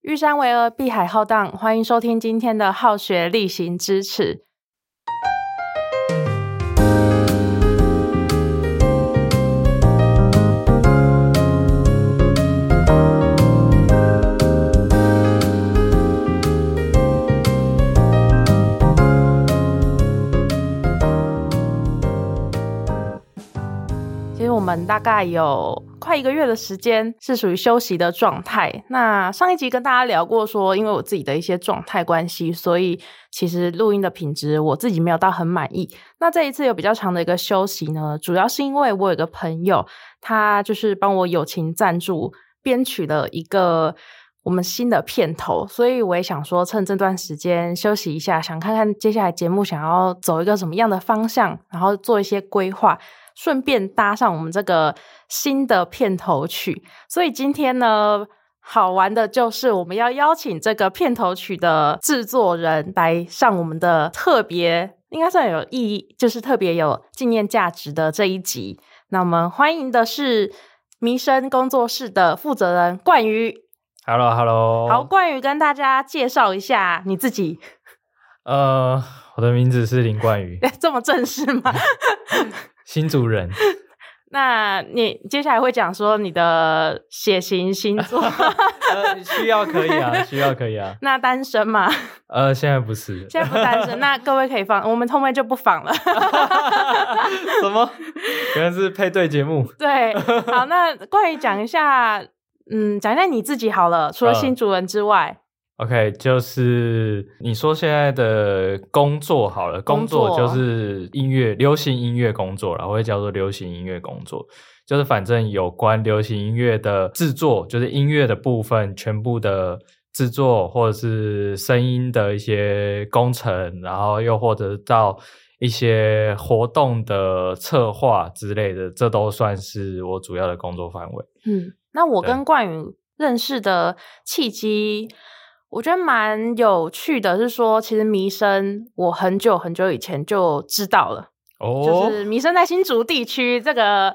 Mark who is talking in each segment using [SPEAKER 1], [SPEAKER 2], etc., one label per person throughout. [SPEAKER 1] 玉山巍峨，碧海浩荡。欢迎收听今天的好学例行支持。其实我们大概有快一个月的时间是属于休息的状态。那上一集跟大家聊过说，因为我自己的一些状态关系，所以其实录音的品质我自己没有到很满意。那这一次有比较长的一个休息呢，主要是因为我有个朋友，他就是帮我友情赞助编曲了一个我们新的片头，所以我也想说趁这段时间休息一下，想看看接下来节目想要走一个什么样的方向，然后做一些规划，顺便搭上我们这个新的片头曲。所以今天呢。好玩的就是我们要邀请这个片头曲的制作人来上我们的特别，应该算有意义，就是特别有纪念价值的这一集。那我们欢迎的是迷生工作室的负责人冠宇。
[SPEAKER 2] h e l l o h e l l o
[SPEAKER 1] 好，，冠宇跟大家介绍一下你自己，
[SPEAKER 2] 呃，我的名字是林冠 宇，
[SPEAKER 1] 这么正式吗？
[SPEAKER 2] 新主人。
[SPEAKER 1] 那你接下来会讲说你的血型、星座，
[SPEAKER 2] 呃，需要可以 啊，需要可以啊。
[SPEAKER 1] 那单身吗？
[SPEAKER 2] 呃，现在不是，
[SPEAKER 1] 现在不单身，那各位可以放，我们后面就不放了。
[SPEAKER 2] 什 么？原来是配对节目。
[SPEAKER 1] 对，好，那关于讲一下，嗯，讲一下你自己好了。除了
[SPEAKER 2] 嗯
[SPEAKER 1] 新主人之外，
[SPEAKER 2] OK，就是你说现在的工作好了，
[SPEAKER 1] 工
[SPEAKER 2] 工
[SPEAKER 1] 作啊
[SPEAKER 2] 作就是音乐，流行音乐工作啦，然后会叫做流行音乐工作，就是反正有关流行音乐的制作，就是音乐的部分全部的制作，或者是声音的一些工程，然后又或者到一些活动的策划之类的，这都算是我主要的工作范围。
[SPEAKER 1] 嗯，那我跟冠宇认识的契机，我觉得蛮有趣的。是说，其实迷生我很久很久以前就知道了，
[SPEAKER 2] 哦
[SPEAKER 1] 就是迷生在新竹地区这个。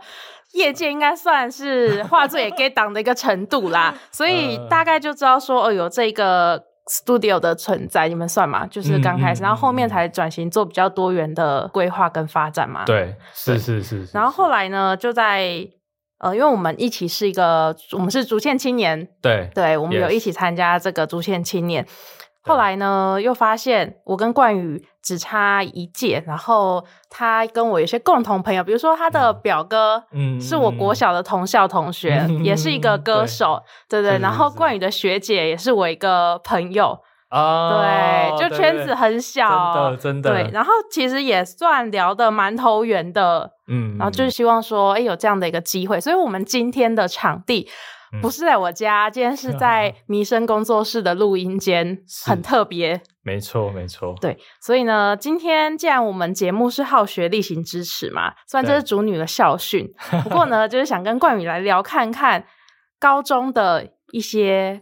[SPEAKER 1] 业界应该算是画作也 get 档的一个程度 啦，所以
[SPEAKER 2] 嗯
[SPEAKER 1] 大概就知道说，哦，有这个 studio 的存在，你们算嘛？就是刚开始，
[SPEAKER 2] 嗯嗯
[SPEAKER 1] 然后后面
[SPEAKER 2] 嗯嗯
[SPEAKER 1] 才转型做比较多元的规划跟发展嘛。
[SPEAKER 2] 对，
[SPEAKER 1] 对
[SPEAKER 2] 是是是是。
[SPEAKER 1] 然后后来呢，就在呃，因为我们一起是一个，我们是竹县青年，
[SPEAKER 2] 对
[SPEAKER 1] 对我们有
[SPEAKER 2] Yes
[SPEAKER 1] 一起参加这个竹县青年。后来呢，又发现我跟冠宇只差一届，然后他跟我有些共同朋友，比如说他的表哥。
[SPEAKER 2] 嗯
[SPEAKER 1] 是我国小的同校同学，
[SPEAKER 2] 嗯
[SPEAKER 1] 也是一 个歌手，对对
[SPEAKER 2] 是
[SPEAKER 1] 然后
[SPEAKER 2] 是
[SPEAKER 1] 冠宇的学姐也是我一个朋友，
[SPEAKER 2] 啊，
[SPEAKER 1] 对，就圈子很小，哦
[SPEAKER 2] 真的真的
[SPEAKER 1] 对。然后其实也算聊得蛮投缘的，
[SPEAKER 2] 嗯，
[SPEAKER 1] 然后就是希望说，哎、有这样的一个机会，所以我们今天的场地
[SPEAKER 2] 嗯
[SPEAKER 1] 不是在我家，今天是 在迷生工作室的录音间，
[SPEAKER 2] 是
[SPEAKER 1] 很特别。
[SPEAKER 2] 没错没错，
[SPEAKER 1] 对，所以呢，今天既然我们节目是好学例行支持嘛，虽然这是
[SPEAKER 2] 对
[SPEAKER 1] 主女的校训，不过 呢，就是想跟冠宇来聊看看高中的一些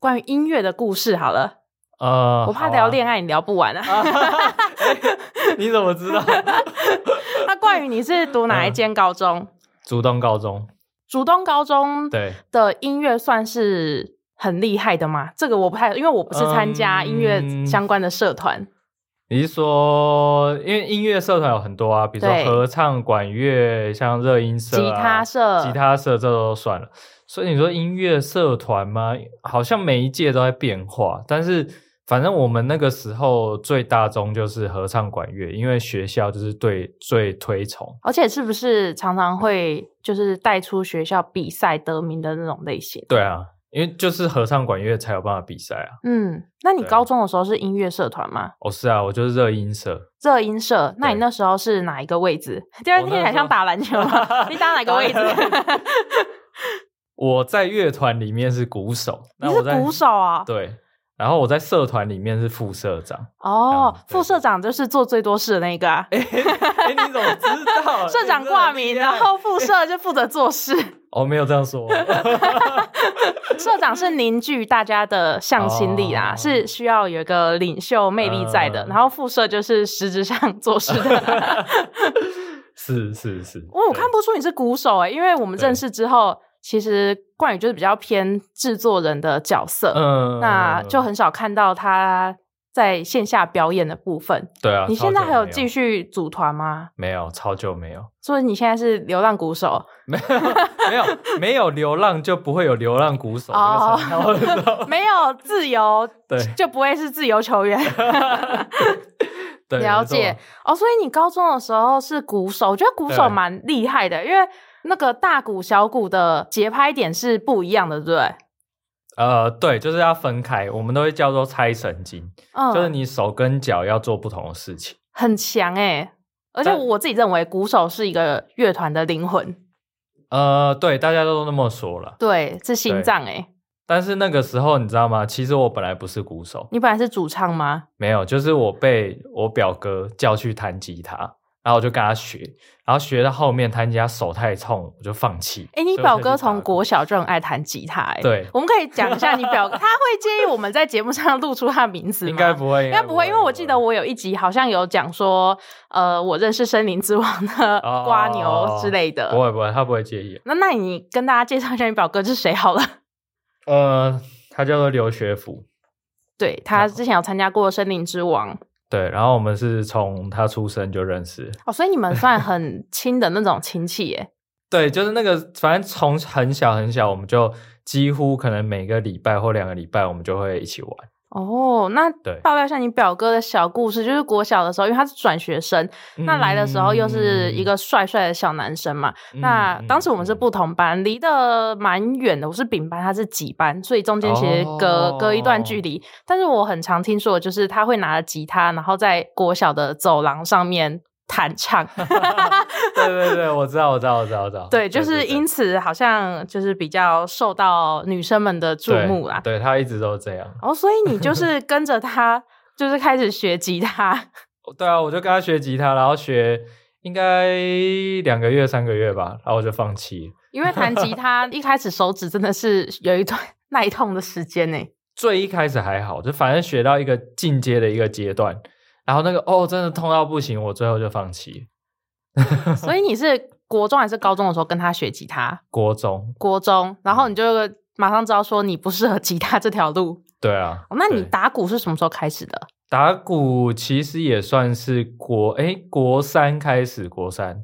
[SPEAKER 1] 关于音乐的故事。好了，
[SPEAKER 2] 呃，
[SPEAKER 1] 我怕聊恋
[SPEAKER 2] 爱，
[SPEAKER 1] 爱你聊不完啊。
[SPEAKER 2] 你怎么知道？
[SPEAKER 1] 那冠宇，你是 读
[SPEAKER 2] 嗯
[SPEAKER 1] 哪一间高中？
[SPEAKER 2] 竹东高中，
[SPEAKER 1] 竹东高中
[SPEAKER 2] 对，
[SPEAKER 1] 的音乐算是很厉害的吗？这个我不太，因为我不是参加音乐
[SPEAKER 2] 嗯
[SPEAKER 1] 相关的社团。
[SPEAKER 2] 你是说，因为音乐社团有很多啊，比如说
[SPEAKER 1] 对
[SPEAKER 2] 合唱、管乐，像热音社、啊
[SPEAKER 1] 吉他社
[SPEAKER 2] 吉他社，这都算了。所以你说音乐社团吗？好像每一届都在变化，但是反正我们那个时候最大宗就是合唱、管乐，因为学校就是对最推崇。
[SPEAKER 1] 而且是不是常常会就是带出学校比赛得名的那种类型？
[SPEAKER 2] 对啊，因为就是合唱、管乐才有办法比赛啊。
[SPEAKER 1] 嗯，那你
[SPEAKER 2] 对啊
[SPEAKER 1] 高中的时候是音乐社团吗？
[SPEAKER 2] 哦，是啊，我就是热音社，
[SPEAKER 1] 热音社，那你
[SPEAKER 2] 对
[SPEAKER 1] 那时候是哪一个位置？ 啊第二
[SPEAKER 2] 我那
[SPEAKER 1] 天还
[SPEAKER 2] 时候
[SPEAKER 1] 像打篮球 吗？你打哪个位置
[SPEAKER 2] 打？ 我在乐团里面是鼓手，
[SPEAKER 1] 你
[SPEAKER 2] 那我
[SPEAKER 1] 是
[SPEAKER 2] 在
[SPEAKER 1] 鼓手啊？
[SPEAKER 2] 对，然后我在社团里面是副社长。
[SPEAKER 1] 哦
[SPEAKER 2] 嗯，对
[SPEAKER 1] 副社长就是做最多事的那一个啊。
[SPEAKER 2] 哎、你怎么知 道？
[SPEAKER 1] 社长挂名，然后副社就负责做事。
[SPEAKER 2] 啊哦，没有这样说，
[SPEAKER 1] 社长是凝聚大家的向心力啊，
[SPEAKER 2] 哦
[SPEAKER 1] 是需要有一个领袖魅力在的。
[SPEAKER 2] 嗯
[SPEAKER 1] 然后副社就是实质上做事 的。
[SPEAKER 2] 是是是。
[SPEAKER 1] 欸我我看不出你是鼓手哎、因为我们认识之后，其实冠宇就是比较偏制作人的角色，
[SPEAKER 2] 嗯，
[SPEAKER 1] 那就很少看到他在线下表演的部分。
[SPEAKER 2] 对啊。
[SPEAKER 1] 你现在还有
[SPEAKER 2] 超久没
[SPEAKER 1] 继续组团吗？
[SPEAKER 2] 没有？超久没 有，
[SPEAKER 1] 所以你现在是流浪鼓 手，
[SPEAKER 2] 没有，没有，没有流浪就不会有流浪鼓手
[SPEAKER 1] 哦
[SPEAKER 2] 这个称号
[SPEAKER 1] 没有自由
[SPEAKER 2] 对
[SPEAKER 1] 就不会是自由球员
[SPEAKER 2] 对，
[SPEAKER 1] 了
[SPEAKER 2] 没错
[SPEAKER 1] 解哦。所以你高中的时候是鼓手，我觉得鼓手
[SPEAKER 2] 对
[SPEAKER 1] 蛮厉害的，因为那个大鼓小鼓的节拍点是不一样的，对不对？
[SPEAKER 2] 呃，对，就是要分开，我们都会叫做拆神经，
[SPEAKER 1] 嗯，
[SPEAKER 2] 就是你手跟脚要做不同的事情。
[SPEAKER 1] 很强哎、而且
[SPEAKER 2] 但
[SPEAKER 1] 我自己认为鼓手是一个乐团的灵魂，
[SPEAKER 2] 呃，对，大家都那么说了。
[SPEAKER 1] 对，是心
[SPEAKER 2] 对
[SPEAKER 1] 脏哎、
[SPEAKER 2] 但是那个时候你知道吗？其实我本来不是鼓手，
[SPEAKER 1] 你本来是主唱吗？
[SPEAKER 2] 没有，就是我被我表哥叫去弹吉他，然后我就跟他学，然后学到后面弹吉他手太痛，我就放弃。
[SPEAKER 1] 哎、你
[SPEAKER 2] 所以
[SPEAKER 1] 表
[SPEAKER 2] 我才去
[SPEAKER 1] 哥
[SPEAKER 2] 打
[SPEAKER 1] 从
[SPEAKER 2] 鼓
[SPEAKER 1] 国小就很爱弹吉他、欸，
[SPEAKER 2] 对
[SPEAKER 1] 我们可以讲一下你表 哥，他会介意我们在节目上露出他的名字吗？
[SPEAKER 2] 应该不会，
[SPEAKER 1] 应该不会，因为我记得我有一集好像有讲说，呃，我认识森林之王的
[SPEAKER 2] 哦
[SPEAKER 1] 瓜牛之类的。
[SPEAKER 2] 不会不会，他不会介意。
[SPEAKER 1] 那那你跟大家介绍一下你表哥是谁好了。
[SPEAKER 2] 呃，他叫做刘学福，
[SPEAKER 1] 对他之前有参加过《森林之王》
[SPEAKER 2] 对，然后我们是从他出生就认识，
[SPEAKER 1] 哦，所以你们算 很亲的那种亲戚耶。
[SPEAKER 2] 对，就是那个，反正从很小很小，我们就几乎可能每个礼拜或两个礼拜，我们就会一起玩。
[SPEAKER 1] 哦，那
[SPEAKER 2] 对
[SPEAKER 1] 爆料一下你表哥的小故事，就是国小的时候，因为他是转学生，那来的时候又是一个帅帅的小男生嘛。
[SPEAKER 2] 嗯，
[SPEAKER 1] 那当时我们是
[SPEAKER 2] 嗯
[SPEAKER 1] 不同班，离得蛮远的，我是丙班，他是己班，所以中间其实隔、
[SPEAKER 2] 哦
[SPEAKER 1] 隔一段距离。但是我很常听说，就是他会拿着吉他，然后在国小的走廊上
[SPEAKER 2] 哦
[SPEAKER 1] 面弹唱，
[SPEAKER 2] 对嗯对对，我知道，我知道，我知道，我知道。
[SPEAKER 1] 对，就是因此好像就是比较受到女生们的注
[SPEAKER 2] 对
[SPEAKER 1] 目啦。
[SPEAKER 2] 对他一直都这样。
[SPEAKER 1] 哦，所以你就是跟着他，就是开始学吉他。
[SPEAKER 2] 对啊，我就跟他学吉他，然后学应该两个月、三个月吧，然后我就放弃了。
[SPEAKER 1] 因为弹吉他一开始手指真的是有一段 耐痛的时间呢、
[SPEAKER 2] 最一开始还好，就反正学到一个进阶的一个阶段，然后那个哦，真的痛到不行，我最后就放弃。
[SPEAKER 1] 所以你是国中还是高中的时候跟他学吉他？
[SPEAKER 2] 国中，
[SPEAKER 1] 国中，然
[SPEAKER 2] 嗯
[SPEAKER 1] 后你就马上知道说你不适合吉他这条路。
[SPEAKER 2] 对啊，
[SPEAKER 1] 哦那你
[SPEAKER 2] 对
[SPEAKER 1] 打鼓是什么时候开始的？
[SPEAKER 2] 打鼓其实也算是国哎、国三开始，国三，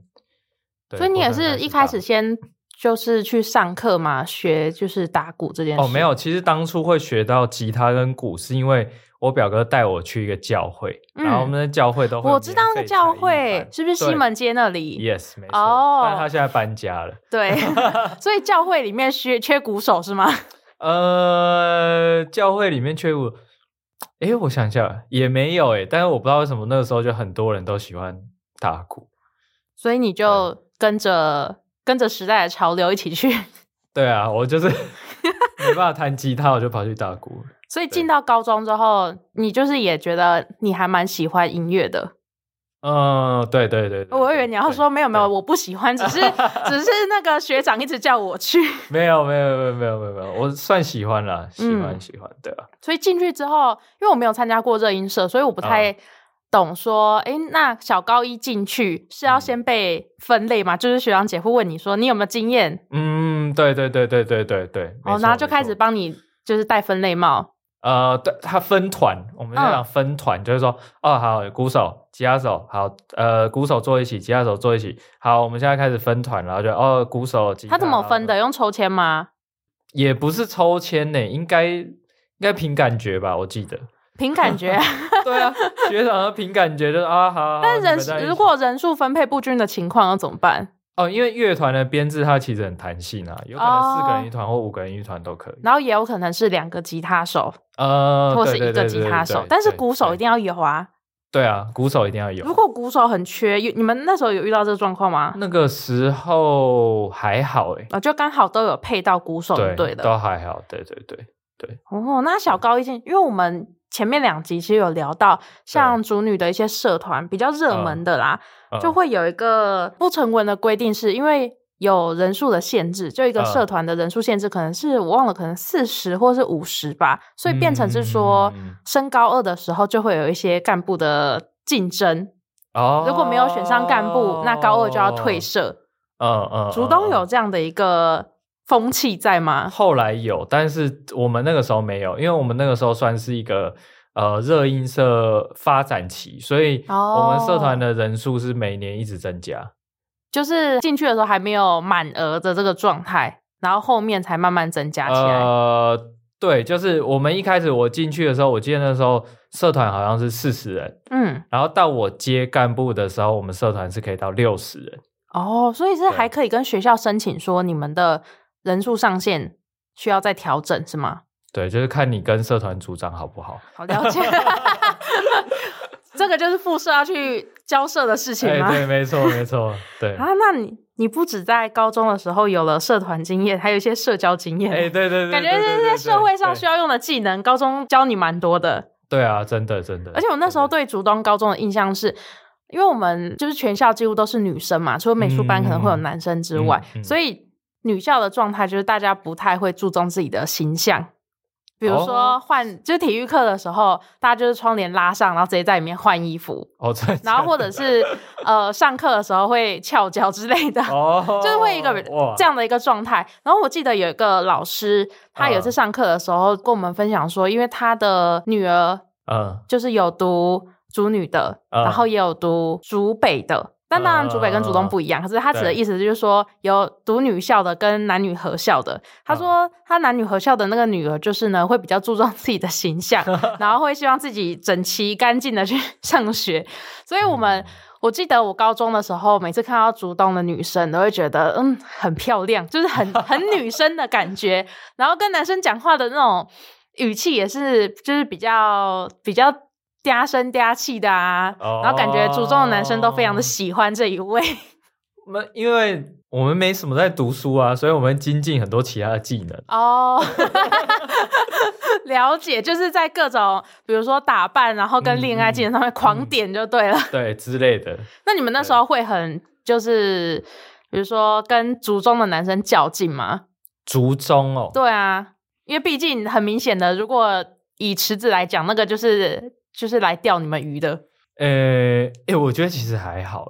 [SPEAKER 2] 对
[SPEAKER 1] 所以你也
[SPEAKER 2] 国三
[SPEAKER 1] 是一开始
[SPEAKER 2] 打
[SPEAKER 1] 先就是去上课嘛，学就是打鼓这件事。
[SPEAKER 2] 哦没有，，其实当初会学到吉他跟鼓，是因为我表哥带我去一个教会，
[SPEAKER 1] 嗯
[SPEAKER 2] 然后我们的教会都会有
[SPEAKER 1] 我知道那个
[SPEAKER 2] 免费
[SPEAKER 1] 教
[SPEAKER 2] 才艺
[SPEAKER 1] 会
[SPEAKER 2] 班
[SPEAKER 1] 是不是西
[SPEAKER 2] 对
[SPEAKER 1] 门街那里？
[SPEAKER 2] ？Yes，没错。
[SPEAKER 1] 哦
[SPEAKER 2] 但他现在搬家了。
[SPEAKER 1] 对，所以教会里面缺缺鼓手是吗？
[SPEAKER 2] 呃，教会里面缺鼓，哎，我想一下，也没有哎，但是我不知道为什么那个时候就很多人都喜欢打鼓。
[SPEAKER 1] 所以你就跟着跟着时代的潮流一起去。
[SPEAKER 2] 对啊，我就是没办法弹吉他，我就跑去打鼓了。
[SPEAKER 1] 所以进到高中之后，你就是也觉得你还蛮喜欢音乐的。
[SPEAKER 2] 嗯，对对对对
[SPEAKER 1] 哦我以为你要说没有没有，
[SPEAKER 2] 对
[SPEAKER 1] 我不喜欢，只 是只是那个学长一直叫我去。
[SPEAKER 2] 没有没有没有没有没有没有，我算喜欢啦，喜欢
[SPEAKER 1] 嗯
[SPEAKER 2] 喜欢，对啊，
[SPEAKER 1] 所以进去之后，因为我没有参加过热音社，所以我不
[SPEAKER 2] 嗯
[SPEAKER 1] 太懂说，诶，那小高一进去是
[SPEAKER 2] 嗯
[SPEAKER 1] 要先被分类吗？就是学长姐会问你说你有没有经验，
[SPEAKER 2] 嗯，对对对对对对对，没
[SPEAKER 1] 哦，
[SPEAKER 2] 错
[SPEAKER 1] 然后就
[SPEAKER 2] 没
[SPEAKER 1] 开
[SPEAKER 2] 错
[SPEAKER 1] 始帮你就是戴分类帽。
[SPEAKER 2] 呃，对，他分团，我们就
[SPEAKER 1] 嗯
[SPEAKER 2] 讲分团，就是说，哦，好，鼓手、吉他手，好，呃，鼓手坐一起，吉他手坐一起，好，我们现在开始分团，然后就，哦，鼓手、吉他，
[SPEAKER 1] 他怎么分的？
[SPEAKER 2] 然后？
[SPEAKER 1] 用抽签吗？
[SPEAKER 2] 也不是抽签呢，应该应该凭感觉吧，我记得。
[SPEAKER 1] 凭感 觉啊，
[SPEAKER 2] 对啊，学长的凭感觉就是啊，好，好
[SPEAKER 1] 但
[SPEAKER 2] 你们在一
[SPEAKER 1] 人
[SPEAKER 2] 起
[SPEAKER 1] 如果人数分配不均的情况要怎么办？
[SPEAKER 2] 哦，因为乐团的编制它其实很弹性啊，有可能四个
[SPEAKER 1] 哦
[SPEAKER 2] 人一团或五个人一团都可以。
[SPEAKER 1] 然后也有可能是两个吉他手
[SPEAKER 2] 呃，
[SPEAKER 1] 或是
[SPEAKER 2] 对对
[SPEAKER 1] 一个
[SPEAKER 2] 对
[SPEAKER 1] 吉
[SPEAKER 2] 对
[SPEAKER 1] 他
[SPEAKER 2] 对
[SPEAKER 1] 手
[SPEAKER 2] 对，
[SPEAKER 1] 但是
[SPEAKER 2] 对
[SPEAKER 1] 鼓手一定要有啊。
[SPEAKER 2] 对啊，鼓手一定要有。嗯
[SPEAKER 1] 如果鼓手很缺，有你们那时候有遇到这个状况吗？
[SPEAKER 2] 那个时候还好哎、
[SPEAKER 1] 啊，就刚好都有配到鼓手就哦对的。
[SPEAKER 2] 都还好，对对对，
[SPEAKER 1] 哦，那小高一进，因为我们前面两集其实有聊到，像主女的一些社团比较热门的啦，
[SPEAKER 2] 嗯
[SPEAKER 1] 就会有一个不成文的规定是，因为有人数的限制，就一个
[SPEAKER 2] 嗯
[SPEAKER 1] 社团的人数限制可能是我忘了，可能四十或是五十吧，所以变成是说
[SPEAKER 2] 嗯
[SPEAKER 1] 升高二的时候就会有一些干部的竞争，
[SPEAKER 2] 哦，
[SPEAKER 1] 如果没有选上干部，那高二就要退社。
[SPEAKER 2] 嗯。嗯嗯，
[SPEAKER 1] 竹东有
[SPEAKER 2] 嗯
[SPEAKER 1] 这样的一个风气在吗？
[SPEAKER 2] 后来有，但是我们那个时候没有，因为我们那个时候算是一个呃热音社发展期，所以我们社团的人数是每年一直增加。
[SPEAKER 1] 就是进去的时候还没有满额的这个状态，然后后面才慢慢增加起来。
[SPEAKER 2] 呃，对，就是我们一开始我进去的时候，我记得那时候社团好像是四十人，
[SPEAKER 1] 嗯，
[SPEAKER 2] 然后到我接干部的时候，我们社团是可以到六十人。
[SPEAKER 1] 哦，所以是还可以跟学校申请说你们的人数上限需要再调整是吗？
[SPEAKER 2] 对，就是看你跟社团组长好不好。
[SPEAKER 1] 好了 解，这个就是副社要去交涉的事情吗？
[SPEAKER 2] 哎对，没错，没错，对。
[SPEAKER 1] 啊，那你你不止在高中的时候有了社团经验，还有一些社交经验，
[SPEAKER 2] 哎、对对对，
[SPEAKER 1] 感觉
[SPEAKER 2] 对对
[SPEAKER 1] 这
[SPEAKER 2] 对
[SPEAKER 1] 在
[SPEAKER 2] 对
[SPEAKER 1] 社会上
[SPEAKER 2] 对
[SPEAKER 1] 需要用的技能，高中教你蛮多的。
[SPEAKER 2] 对啊，真的真的。
[SPEAKER 1] 而且我那时候
[SPEAKER 2] 真的
[SPEAKER 1] 对竹东高中的印象是，因为我们就是全校几乎都是女生嘛，除了美术班可能会有男生之外，
[SPEAKER 2] 嗯嗯嗯
[SPEAKER 1] 所以女校的状态就是大家不太会注重自己的形象。比如说
[SPEAKER 2] 哦
[SPEAKER 1] 换，就是体育课的时候，大家就是窗帘拉上，然后直接在里面换衣 服，
[SPEAKER 2] 哦，真的
[SPEAKER 1] 然后或者是呃上课的时候会翘脚之类的。
[SPEAKER 2] 哦，
[SPEAKER 1] 就是会一个
[SPEAKER 2] 哇
[SPEAKER 1] 这样的一个状态。然后我记得有一个老师，他有一次
[SPEAKER 2] 嗯
[SPEAKER 1] 上课的时候跟我们分享说，因为他的女儿
[SPEAKER 2] 嗯
[SPEAKER 1] 就是有读竹女的，
[SPEAKER 2] 嗯
[SPEAKER 1] 然后也有读竹北的。但当然，竹北跟竹东不一样，可是他指的意思就是说，有读女校的跟男女合校的。他说，他男女合校的那个女儿，就是呢会比较注重自己的形象，然后会希望自己整齐干净的去 上学。所以我们，我记得我高中的时候，每次看到竹东的女生，都会觉得嗯很漂亮，就是很很女生的感觉。然后跟男生讲话的那种语气也是，就是比较比较嗲声嗲气的啊。
[SPEAKER 2] 哦
[SPEAKER 1] 然后感觉族中的男生都非常的喜欢这一位，
[SPEAKER 2] 哦我们因为我们没什么在读书啊，所以我们精进很多其他的技能。
[SPEAKER 1] 哦。 了解，就是在各种比如说打扮，然后跟恋爱技能上面狂点就对了。
[SPEAKER 2] 对之类的，
[SPEAKER 1] 那你们那时候会很就是。比如说跟族中的男生较劲吗？
[SPEAKER 2] 竹中哦，
[SPEAKER 1] 对啊，因为毕竟很明显的，如果以池子来讲，那个就是就是来钓你们鱼的。
[SPEAKER 2] 呃，诶、我觉得其实还好、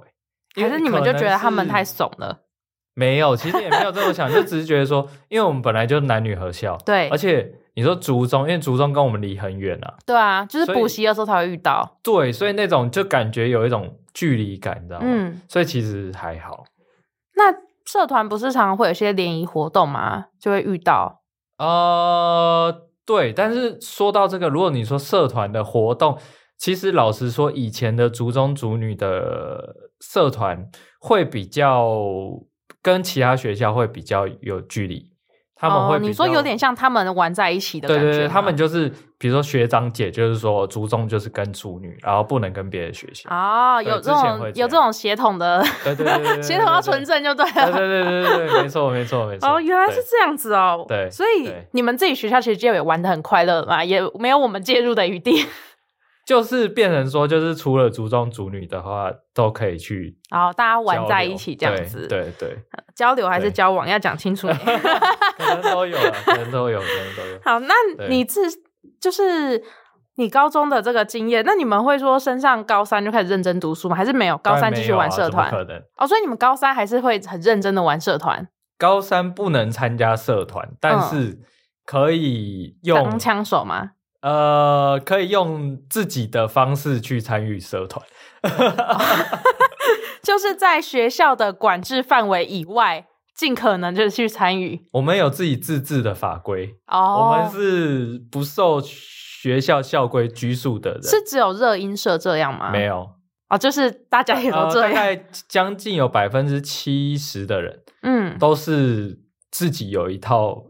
[SPEAKER 2] 诶因
[SPEAKER 1] 还
[SPEAKER 2] 为
[SPEAKER 1] 是你们
[SPEAKER 2] 可
[SPEAKER 1] 就
[SPEAKER 2] 能
[SPEAKER 1] 觉得他们
[SPEAKER 2] 是
[SPEAKER 1] 太怂了？
[SPEAKER 2] 没有，其实也没有这么 想，就只是觉得说，因为我们本来就男女合校，
[SPEAKER 1] 对
[SPEAKER 2] 而且你说竹中，因为竹中跟我们离很远啊，
[SPEAKER 1] 对啊，就是
[SPEAKER 2] 所以
[SPEAKER 1] 补习的时候才会遇到。
[SPEAKER 2] 对，所以那种就感觉有一种距离感，你知道吗？
[SPEAKER 1] 嗯，
[SPEAKER 2] 所以其实还好。
[SPEAKER 1] 那社团不是常常会有一些联谊活动吗？就会遇到
[SPEAKER 2] 呃，对，但是说到这个，如果你说社团的活动，其实老实说，以前的族中族女的社团会比较跟其他学校会比较有距离，他们会
[SPEAKER 1] 哦、
[SPEAKER 2] 比较、
[SPEAKER 1] 你说有点像他们玩在一起的感
[SPEAKER 2] 对
[SPEAKER 1] 觉吗，
[SPEAKER 2] 对对，他们就是比如说学长姐，就是说族中就是跟族女，然后不能跟别的学校。
[SPEAKER 1] 啊、
[SPEAKER 2] 对
[SPEAKER 1] 有
[SPEAKER 2] 之
[SPEAKER 1] 这
[SPEAKER 2] 前
[SPEAKER 1] 种
[SPEAKER 2] 会这
[SPEAKER 1] 有
[SPEAKER 2] 样
[SPEAKER 1] 这种血统的
[SPEAKER 2] 对对对对对 对，
[SPEAKER 1] 血统要纯正就对
[SPEAKER 2] 对。对
[SPEAKER 1] 了。
[SPEAKER 2] 对对对对，没错没错没错。
[SPEAKER 1] 哦，原来是
[SPEAKER 2] 对
[SPEAKER 1] 这样子哦。
[SPEAKER 2] 对
[SPEAKER 1] 所以
[SPEAKER 2] 对
[SPEAKER 1] 你们自己学校其实就也玩的很快乐嘛，也没有我们介入的余地。
[SPEAKER 2] 就是变成说，就是除了族中族女的话，都可以去
[SPEAKER 1] 然后大家玩
[SPEAKER 2] 交
[SPEAKER 1] 在
[SPEAKER 2] 流
[SPEAKER 1] 一起这样
[SPEAKER 2] 对
[SPEAKER 1] 子，
[SPEAKER 2] 对 对，
[SPEAKER 1] 交流还是
[SPEAKER 2] 对
[SPEAKER 1] 交往要讲清楚一 点。
[SPEAKER 2] 可能都有啊，可能都有，可能都有。
[SPEAKER 1] 好，那
[SPEAKER 2] 对
[SPEAKER 1] 你自就是你高中的这个经验，那你们会说升上高三就开始认真读书吗？还是没有高
[SPEAKER 2] 当然
[SPEAKER 1] 三
[SPEAKER 2] 没
[SPEAKER 1] 继续
[SPEAKER 2] 有啊
[SPEAKER 1] 玩社团、
[SPEAKER 2] 怎么可能。
[SPEAKER 1] 哦，所以你们高三还是会很认真的玩社团，
[SPEAKER 2] 高三不能参加社团，但
[SPEAKER 1] 嗯
[SPEAKER 2] 是可以用
[SPEAKER 1] 当枪手吗？
[SPEAKER 2] 呃，可以用自己的方式去参与社团。
[SPEAKER 1] 哦就是在学校的管制范围以外，尽可能就是去参与。
[SPEAKER 2] 我们有自己自制的法规，
[SPEAKER 1] 哦，
[SPEAKER 2] 我们是不受学校校规拘束的人，
[SPEAKER 1] 是只有热音社这样吗？
[SPEAKER 2] 没有。
[SPEAKER 1] 哦，就是大家也都
[SPEAKER 2] 呃
[SPEAKER 1] 这
[SPEAKER 2] 大
[SPEAKER 1] 样。
[SPEAKER 2] 概将近有百分之七十的人
[SPEAKER 1] 嗯，
[SPEAKER 2] 都是自己有一套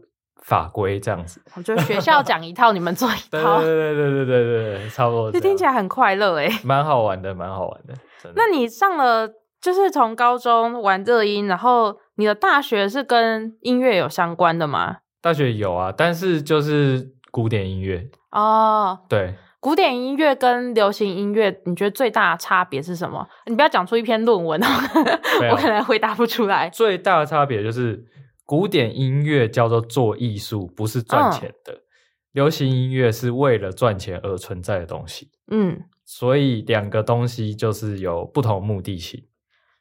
[SPEAKER 2] 法规这样子。
[SPEAKER 1] 我觉得学校讲一套，你们做一
[SPEAKER 2] 对
[SPEAKER 1] 套
[SPEAKER 2] 对，对对对对对对，差不多这
[SPEAKER 1] 这听
[SPEAKER 2] 样。
[SPEAKER 1] 起来很快乐哎、
[SPEAKER 2] 蛮好玩的，蛮好玩的。真的
[SPEAKER 1] 那你上了就是从高中玩热音，然后你的大学是跟音乐有相关的吗？
[SPEAKER 2] 大学有啊，但是就是古典音乐，
[SPEAKER 1] 哦，
[SPEAKER 2] 对，
[SPEAKER 1] 古典音乐跟流行音乐，你觉得最大的差别是什么？你不要讲出一篇论文哦，
[SPEAKER 2] 没有
[SPEAKER 1] 我可能回答不出来。
[SPEAKER 2] 最大的差别就是古典音乐叫做做艺术，不是
[SPEAKER 1] 嗯
[SPEAKER 2] 赚钱的；流行音乐是为了赚钱而存在的东西。
[SPEAKER 1] 嗯，
[SPEAKER 2] 所以两个东西就是有不同目的性。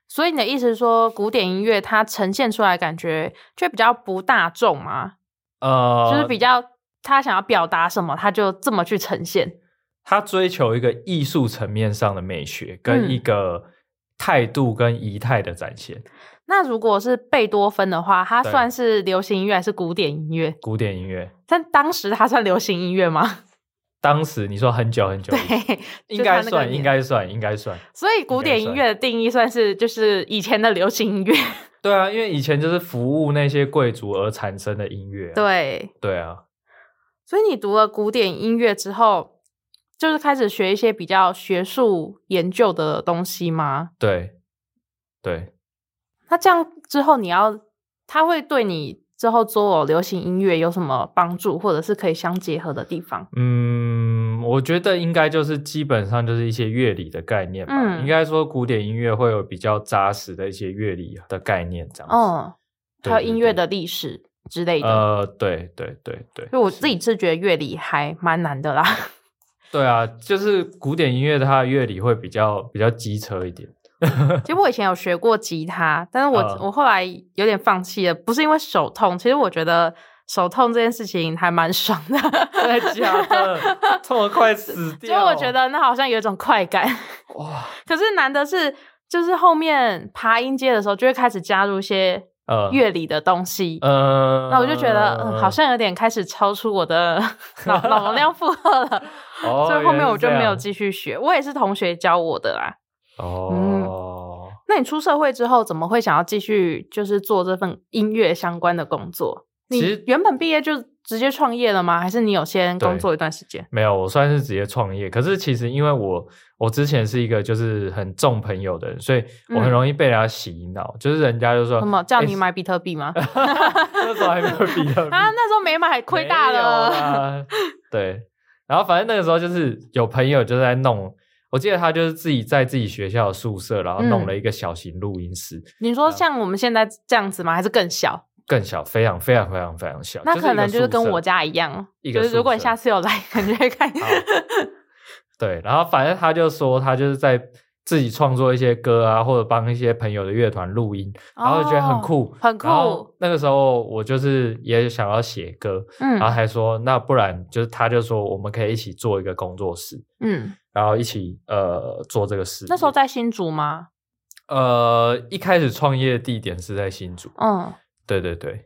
[SPEAKER 1] 所以你的意思是说，古典音乐它呈现出来感觉却比较不大众嘛，
[SPEAKER 2] 呃，
[SPEAKER 1] 就是比较他想要表达什么，他就这么去呈现。
[SPEAKER 2] 他追求一个艺术层面上的美学，跟
[SPEAKER 1] 嗯
[SPEAKER 2] 一个态度跟仪态的展现。
[SPEAKER 1] 那如果是贝多芬的话，它
[SPEAKER 2] 对
[SPEAKER 1] 算是流行音乐还是古典音乐？
[SPEAKER 2] 古典音乐
[SPEAKER 1] 但当时它算流行音乐吗？
[SPEAKER 2] 当时你说很久很久
[SPEAKER 1] 对，
[SPEAKER 2] 以前，应该
[SPEAKER 1] 就是他那个
[SPEAKER 2] 算，
[SPEAKER 1] 年
[SPEAKER 2] 应该算，应该算。
[SPEAKER 1] 所以古典音乐的定义算是就是以前的流行音乐。
[SPEAKER 2] 对啊，因为以前就是服务那些贵族而产生的音乐、啊。
[SPEAKER 1] 对，
[SPEAKER 2] 对啊，
[SPEAKER 1] 所以你读了古典音乐之后，就是开始学一些比较学术研究的东西吗？
[SPEAKER 2] 对对，
[SPEAKER 1] 那这样之后，你要它会对你之后做流行音乐有什么帮助，或者是可以相结合的地方？
[SPEAKER 2] 嗯，我觉得应该就是基本上就是一些乐理的概念吧。
[SPEAKER 1] 嗯
[SPEAKER 2] 应该说古典音乐会有比较扎实的一些乐理的概念，这样子。
[SPEAKER 1] 嗯，
[SPEAKER 2] 对
[SPEAKER 1] 还有音乐，
[SPEAKER 2] 对
[SPEAKER 1] 的历史之类
[SPEAKER 2] 对
[SPEAKER 1] 的。
[SPEAKER 2] 呃，对对对对，
[SPEAKER 1] 所以我自己是觉得乐理还蛮难的啦。
[SPEAKER 2] 对啊，就是古典音乐它的乐理会比较比较机车一点。
[SPEAKER 1] 其实我以前有学过吉他，但是我、
[SPEAKER 2] 嗯
[SPEAKER 1] 我后来有点放弃了，不是因为手痛，其实我觉得手痛这件事情还蛮爽的。
[SPEAKER 2] 真的假的？ 这么快死
[SPEAKER 1] 就
[SPEAKER 2] 掉？
[SPEAKER 1] 我觉得那好像有一种快感，
[SPEAKER 2] 哇，
[SPEAKER 1] 可是难的是，就是后面爬音阶的时候，就会开始加入一些
[SPEAKER 2] 呃，
[SPEAKER 1] 乐理的东西。
[SPEAKER 2] 呃，
[SPEAKER 1] 那我就觉得，嗯，好像有点开始超出我的脑脑容量负荷了，
[SPEAKER 2] 哦，
[SPEAKER 1] 所以后面我就没有
[SPEAKER 2] 原来是
[SPEAKER 1] 继续学。我也是同学教我的啦。
[SPEAKER 2] 这样哦。
[SPEAKER 1] 那你出社会之后，怎么会想要继续就是做这份音乐相关的工作？
[SPEAKER 2] 其实
[SPEAKER 1] 你原本毕业就直接创业了吗？还是你有先工
[SPEAKER 2] 对呃
[SPEAKER 1] 作一段时间？
[SPEAKER 2] 没有，我算是直接创业。可是其实因为我我之前是一个就是很重朋友的人，所以我
[SPEAKER 1] 嗯
[SPEAKER 2] 很容易被人家洗脑，就是人家就说
[SPEAKER 1] 什么叫
[SPEAKER 2] 诶呃
[SPEAKER 1] 你买比特币吗？
[SPEAKER 2] 那时候还没有比特币
[SPEAKER 1] 啊，那时候没买，亏大
[SPEAKER 2] 没有
[SPEAKER 1] 了。
[SPEAKER 2] 啦对，然后反正那个时候就是有朋友就在弄，我记得他就是自己在自己学校的宿舍，然后弄
[SPEAKER 1] 嗯
[SPEAKER 2] 了一个小型录音室，
[SPEAKER 1] 你说像我们现在这样子吗？还是更小？
[SPEAKER 2] 更小，非常非常非常非常小。
[SPEAKER 1] 那
[SPEAKER 2] 一
[SPEAKER 1] 可
[SPEAKER 2] 个
[SPEAKER 1] 能就是
[SPEAKER 2] 宿
[SPEAKER 1] 跟
[SPEAKER 2] 舍
[SPEAKER 1] 我家一样，
[SPEAKER 2] 一
[SPEAKER 1] 就
[SPEAKER 2] 个
[SPEAKER 1] 是如
[SPEAKER 2] 宿
[SPEAKER 1] 果你
[SPEAKER 2] 舍
[SPEAKER 1] 下次有来，感觉看。
[SPEAKER 2] 好对，然后反正他就说他就是在自己创作一些歌啊，或者帮一些朋友的乐团录音，然后就觉得很酷，
[SPEAKER 1] 哦很酷
[SPEAKER 2] 然后那个时候我就是也想要写歌，
[SPEAKER 1] 嗯
[SPEAKER 2] 然后还说那不然就是他就说我们可以一起做一个工作室，
[SPEAKER 1] 嗯，
[SPEAKER 2] 然后一起呃做这个事业。
[SPEAKER 1] 那时候在新竹吗？
[SPEAKER 2] 呃一开始创业地点是在新竹，
[SPEAKER 1] 嗯，
[SPEAKER 2] 对对对，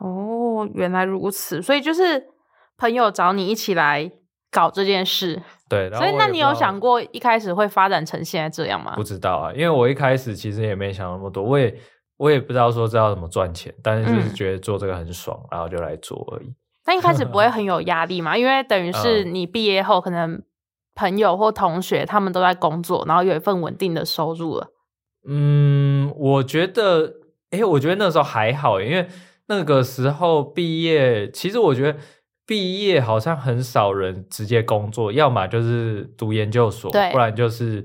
[SPEAKER 1] 哦，原来如此，所以就是朋友找你一起来搞这件事，
[SPEAKER 2] 对。然后
[SPEAKER 1] 所以
[SPEAKER 2] 我
[SPEAKER 1] 那你
[SPEAKER 2] 也不知
[SPEAKER 1] 有
[SPEAKER 2] 道
[SPEAKER 1] 想过一开始会发展成现在这样吗
[SPEAKER 2] 不？知道啊，因为我一开始其实也没想那么多，我也我也不知道说知道怎么赚钱，但是就是
[SPEAKER 1] 嗯
[SPEAKER 2] 觉得做这个很爽，然后就来做而已。
[SPEAKER 1] 但一开始不 会很有压力嘛，因为等于是
[SPEAKER 2] 嗯
[SPEAKER 1] 你毕业后可能。朋友或同学，他们都在工作，然后有一份稳定的收入了。
[SPEAKER 2] 嗯，我觉得，诶，我觉得那时候还好，因为那个时候毕业，其实我觉得毕业好像很少人直接工作，要么就是读研究所，
[SPEAKER 1] 对
[SPEAKER 2] 不然就是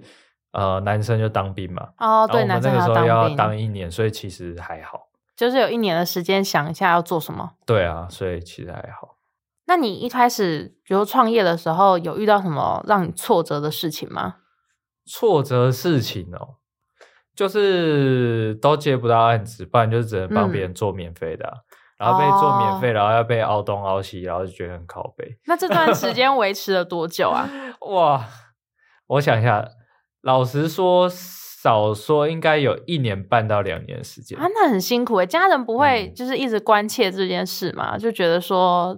[SPEAKER 2] 呃男生就当兵嘛。
[SPEAKER 1] 哦，
[SPEAKER 2] 然后
[SPEAKER 1] 对，
[SPEAKER 2] 我
[SPEAKER 1] 男
[SPEAKER 2] 们
[SPEAKER 1] 生
[SPEAKER 2] 那个
[SPEAKER 1] 还
[SPEAKER 2] 时候要
[SPEAKER 1] 兵，
[SPEAKER 2] 当一年，所以其实还好。
[SPEAKER 1] 就是有一年的时间想一下要做什么。
[SPEAKER 2] 对啊，所以其实还好。
[SPEAKER 1] 那你一开始，比如创业的时候，有遇到什么让你挫折的事情吗？
[SPEAKER 2] 挫折的事情哦，就是都接不到案子，不然就只能帮
[SPEAKER 1] 嗯
[SPEAKER 2] 别人做免费的啊、然后被做
[SPEAKER 1] 哦
[SPEAKER 2] 免费，然后要被凹东凹西，然后就觉得很靠背。
[SPEAKER 1] 那这段时间维持了多久啊？
[SPEAKER 2] 哇，我想一下，老实说，少说应该有一年半到两年的时间。
[SPEAKER 1] 啊，那很辛苦诶、家人不会
[SPEAKER 2] 嗯
[SPEAKER 1] 就是一直关切这件事嘛？就觉得说，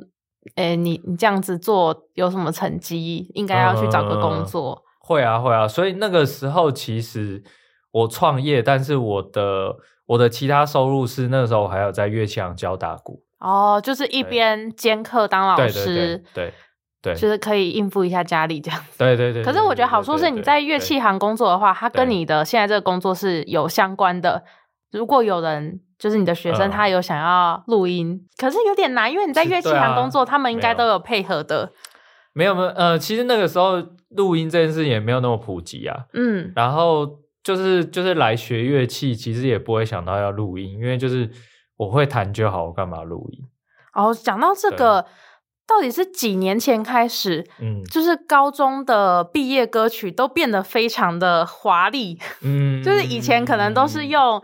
[SPEAKER 1] 诶、你你这样子做有什么成绩？应该要去找个
[SPEAKER 2] 呃
[SPEAKER 1] 工作。
[SPEAKER 2] 会啊，会啊，所以那个时候其实我创业，但是我的我的其他收入是那时候我还有在乐器行教打鼓，
[SPEAKER 1] 哦，就是一边兼课当老
[SPEAKER 2] 对
[SPEAKER 1] 师，
[SPEAKER 2] 对对对对，
[SPEAKER 1] 就是可以应付一下家里这样子。
[SPEAKER 2] 对对对。
[SPEAKER 1] 可是我觉得好处是你在乐器行工作的话，它跟
[SPEAKER 2] 对
[SPEAKER 1] 你的现在这个工作是有相关的。如果有人就是你的学生，
[SPEAKER 2] 嗯
[SPEAKER 1] 他有想要录音，可是有点难，因为你在
[SPEAKER 2] 是
[SPEAKER 1] 乐器
[SPEAKER 2] 对啊
[SPEAKER 1] 行工作，他们应该
[SPEAKER 2] 没有
[SPEAKER 1] 都有配合的。
[SPEAKER 2] 没有没有呃，其实那个时候录音这件事也没有那么普及啊，
[SPEAKER 1] 嗯，
[SPEAKER 2] 然后就是就是来学乐器，其实也不会想到要录音，因为就是我会弹就好，我干嘛录音？
[SPEAKER 1] 哦，讲到这个，到底是几年前开始，
[SPEAKER 2] 嗯
[SPEAKER 1] 就是高中的毕业歌曲都变得非常的华丽，
[SPEAKER 2] 嗯，
[SPEAKER 1] 就是以前可能都是
[SPEAKER 2] 嗯
[SPEAKER 1] 用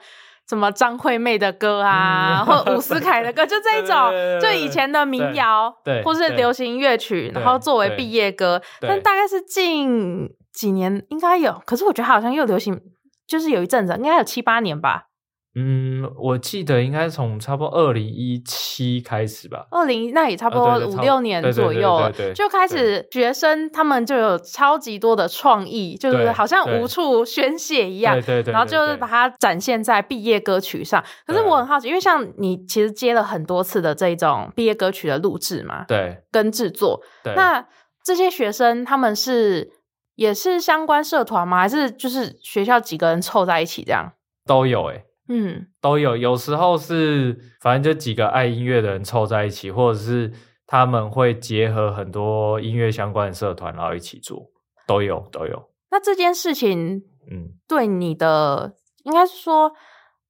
[SPEAKER 1] 什么张惠妹的歌啊，
[SPEAKER 2] 嗯
[SPEAKER 1] 或伍思凯的歌，就这一种，
[SPEAKER 2] 对对对
[SPEAKER 1] 就
[SPEAKER 2] 对
[SPEAKER 1] 以前的民谣，
[SPEAKER 2] 对对
[SPEAKER 1] 或是流行乐曲，
[SPEAKER 2] 对
[SPEAKER 1] 然后作为
[SPEAKER 2] 对
[SPEAKER 1] 毕业歌。
[SPEAKER 2] 对
[SPEAKER 1] 但大概是近几年应该有，可是我觉得它好像又流行，就是有一阵子，应该有七八年吧。
[SPEAKER 2] 嗯，我记得应该是从差不多二零一七开始吧。
[SPEAKER 1] 二零那也差不多
[SPEAKER 2] 啊对对
[SPEAKER 1] 五
[SPEAKER 2] 差不
[SPEAKER 1] 六年
[SPEAKER 2] 对对
[SPEAKER 1] 左右了
[SPEAKER 2] 对对对对
[SPEAKER 1] 就开始学生他们就有超级多的创意，就是
[SPEAKER 2] 对
[SPEAKER 1] 好像
[SPEAKER 2] 对
[SPEAKER 1] 无处宣泄一样
[SPEAKER 2] 对。对对，
[SPEAKER 1] 然后
[SPEAKER 2] 对
[SPEAKER 1] 就是
[SPEAKER 2] 对
[SPEAKER 1] 把它展现在毕业歌曲上。可是
[SPEAKER 2] 对
[SPEAKER 1] 我很好奇，因为像你其实接了很多次的这种毕业歌曲的录制嘛，
[SPEAKER 2] 对
[SPEAKER 1] 跟制作，
[SPEAKER 2] 对，
[SPEAKER 1] 那这些学生他们是也是相关社团吗？还是就是学校几个人凑在一起这样？
[SPEAKER 2] 都有哎、
[SPEAKER 1] 嗯，
[SPEAKER 2] 都有，有时候是反正就几个爱音乐的人凑在一起，或者是他们会结合很多音乐相关的社团，然后一起做，都有都有。
[SPEAKER 1] 那这件事情
[SPEAKER 2] 嗯，
[SPEAKER 1] 对你的，应该是说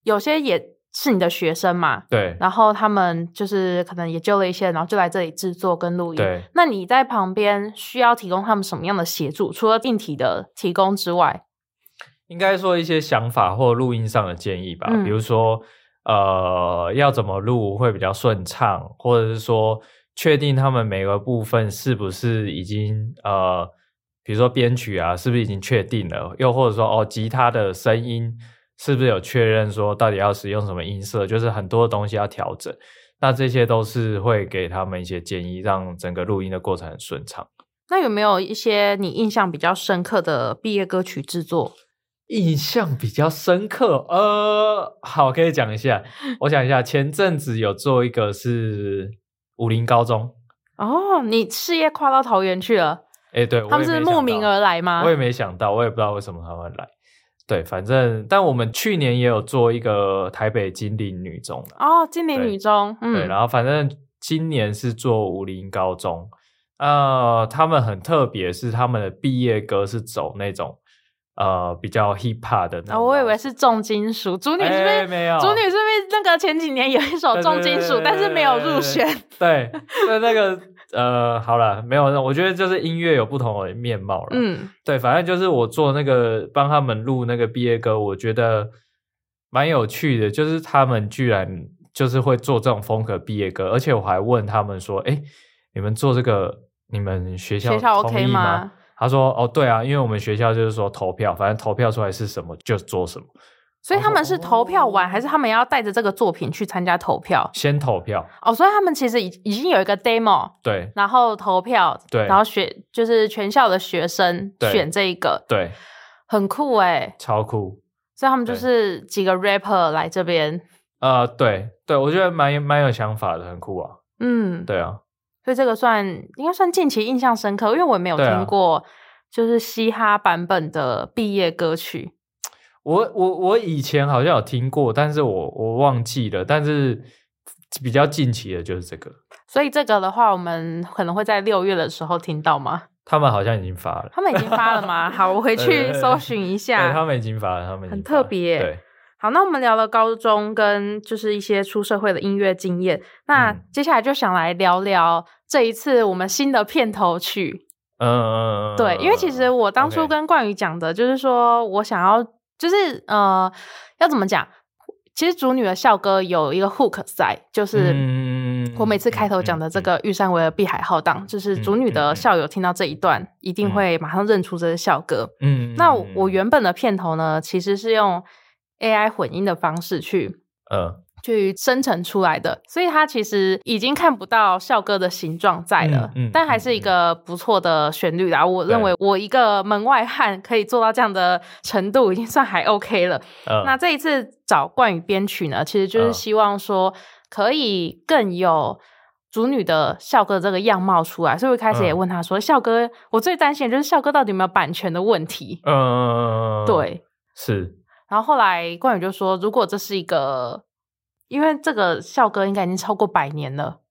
[SPEAKER 1] 有些也是你的学生嘛，
[SPEAKER 2] 对
[SPEAKER 1] 然后他们就是可能也救了一些，然后就来这里制作跟录音。
[SPEAKER 2] 对，
[SPEAKER 1] 那你在旁边需要提供他们什么样的协助？除了硬体的提供之外，
[SPEAKER 2] 应该说一些想法或录音上的建议吧，
[SPEAKER 1] 嗯
[SPEAKER 2] 比如说呃要怎么录会比较顺畅，或者是说确定他们每个部分是不是已经呃，比如说编曲啊，是不是已经确定了，又或者说哦吉他的声音是不是有确认说到底要使用什么音色，就是很多东西要调整。那这些都是会给他们一些建议，让整个录音的过程很顺畅。
[SPEAKER 1] 那有没有一些你印象比较深刻的毕业歌曲制作？
[SPEAKER 2] 印象比较深刻，呃，好，可以讲一 下。我想一下，前阵子有做一个是武林高中，
[SPEAKER 1] 哦，你事业跨到桃园去了，
[SPEAKER 2] 哎、对，
[SPEAKER 1] 他们
[SPEAKER 2] 我也
[SPEAKER 1] 是
[SPEAKER 2] 没想
[SPEAKER 1] 慕名
[SPEAKER 2] 到
[SPEAKER 1] 而来吗
[SPEAKER 2] 我？也没想到，我也不知道为什么他们来。对，反正，但我们去年也有做一个台北金陵女中啦
[SPEAKER 1] 哦，今年女中，
[SPEAKER 2] 对，
[SPEAKER 1] 嗯，
[SPEAKER 2] 然后反正今年是做武林高中，呃，他们很特别，是他们的毕业歌是走那种呃比较 hip hop 的那
[SPEAKER 1] 哦，
[SPEAKER 2] 种
[SPEAKER 1] 我以
[SPEAKER 2] 老
[SPEAKER 1] 为
[SPEAKER 2] 师
[SPEAKER 1] 是重金属，主女是不
[SPEAKER 2] 哎
[SPEAKER 1] 是？
[SPEAKER 2] 没有，
[SPEAKER 1] 主女是不是那个前几年有一首
[SPEAKER 2] 对对
[SPEAKER 1] 重金属，
[SPEAKER 2] 对对
[SPEAKER 1] 但是没有入选？
[SPEAKER 2] 对， 对，那个呃，好了，没有，那我觉得就是音乐有不同的面貌了。，
[SPEAKER 1] 嗯，
[SPEAKER 2] 对，反正就是我做那个帮他们录那个毕业歌，我觉得蛮有趣的，就是他们居然就是会做这种风格毕业歌，而且我还问他们说，哎，你们做这个，你们学校
[SPEAKER 1] 学校
[SPEAKER 2] 同
[SPEAKER 1] OK
[SPEAKER 2] 意
[SPEAKER 1] 吗？
[SPEAKER 2] 他说：“哦，对啊，因为我们学校就是说投票，反正投票出来是什么就做什么，
[SPEAKER 1] 所以他们是投票完，
[SPEAKER 2] 哦
[SPEAKER 1] 还是他们要带着这个作品去参加投票？
[SPEAKER 2] 先投票。
[SPEAKER 1] 哦，所以他们其实已已经有一个 demo，
[SPEAKER 2] 对
[SPEAKER 1] 然后投票，
[SPEAKER 2] 对
[SPEAKER 1] 然后学就是全校的学生
[SPEAKER 2] 对
[SPEAKER 1] 选这一个，
[SPEAKER 2] 对，
[SPEAKER 1] 很酷哎、
[SPEAKER 2] 超酷。
[SPEAKER 1] 所以他们就
[SPEAKER 2] 对
[SPEAKER 1] 是几个 rapper 来这边，
[SPEAKER 2] 呃，对对，我觉得蛮蛮有想法的，很酷啊。
[SPEAKER 1] 嗯，
[SPEAKER 2] 对啊，
[SPEAKER 1] 所以这个算应该算近期印象深刻，因为我也没有
[SPEAKER 2] 对啊
[SPEAKER 1] 听过就是嘻哈版本的毕业歌曲，
[SPEAKER 2] 我我我以前好像有听过，但是我我忘记了。但是比较近期的就是这个，
[SPEAKER 1] 所以这个的话，我们可能会在六月的时候听到吗？
[SPEAKER 2] 他们好像已经发了，
[SPEAKER 1] 他们已经发了 吗？好，我回
[SPEAKER 2] 对对
[SPEAKER 1] 去
[SPEAKER 2] 对
[SPEAKER 1] 搜寻一下。
[SPEAKER 2] 对他们已经发了，他们
[SPEAKER 1] 啊
[SPEAKER 2] 已经
[SPEAKER 1] 很
[SPEAKER 2] 发
[SPEAKER 1] 特
[SPEAKER 2] 了
[SPEAKER 1] 别
[SPEAKER 2] 对，
[SPEAKER 1] 好，那我们聊了高中跟就是一些出社会的音乐经验，那
[SPEAKER 2] 嗯
[SPEAKER 1] 接下来就想来聊聊这一次我们新的片头曲。
[SPEAKER 2] 嗯嗯嗯，
[SPEAKER 1] 对，因为其实我当初
[SPEAKER 2] OK
[SPEAKER 1] 跟冠宇讲的，就是说我想要，就是呃，要怎么讲？其实主女的校歌有一个 hook 在，就是。
[SPEAKER 2] 嗯
[SPEAKER 1] 我每次开头讲的这，个“玉山维尔碧海浩荡”，就是主女
[SPEAKER 2] 嗯嗯
[SPEAKER 1] 的
[SPEAKER 2] 嗯
[SPEAKER 1] 校友听到这一段，一定
[SPEAKER 2] 嗯
[SPEAKER 1] 会马上认出这是校歌。
[SPEAKER 2] 嗯，嗯嗯嗯
[SPEAKER 1] 那
[SPEAKER 2] 嗯
[SPEAKER 1] 我原本的片头呢，其实是用 AI 混音的方式去
[SPEAKER 2] 嗯
[SPEAKER 1] 去生成出来的，所以它其实已经看不到校歌的形状在了，
[SPEAKER 2] 嗯嗯
[SPEAKER 1] 但还是一个不错的旋律啦。我认为我一个门外汉可以做到这样的程度，已经算还 OK 了。
[SPEAKER 2] 嗯，
[SPEAKER 1] 那这一次找冠宇编曲呢，其实就是
[SPEAKER 2] 嗯
[SPEAKER 1] 希望说可以更有。主女的校歌这个样貌出来，所以我一开始也
[SPEAKER 2] 嗯
[SPEAKER 1] 问他说：“校歌，我最担心的就是校歌到底有没有版权的问题？”
[SPEAKER 2] 嗯嗯嗯嗯嗯
[SPEAKER 1] 对，
[SPEAKER 2] 是
[SPEAKER 1] 然后后来冠宇就说，如果这是一个，因为这个校歌应该已经超过百年了，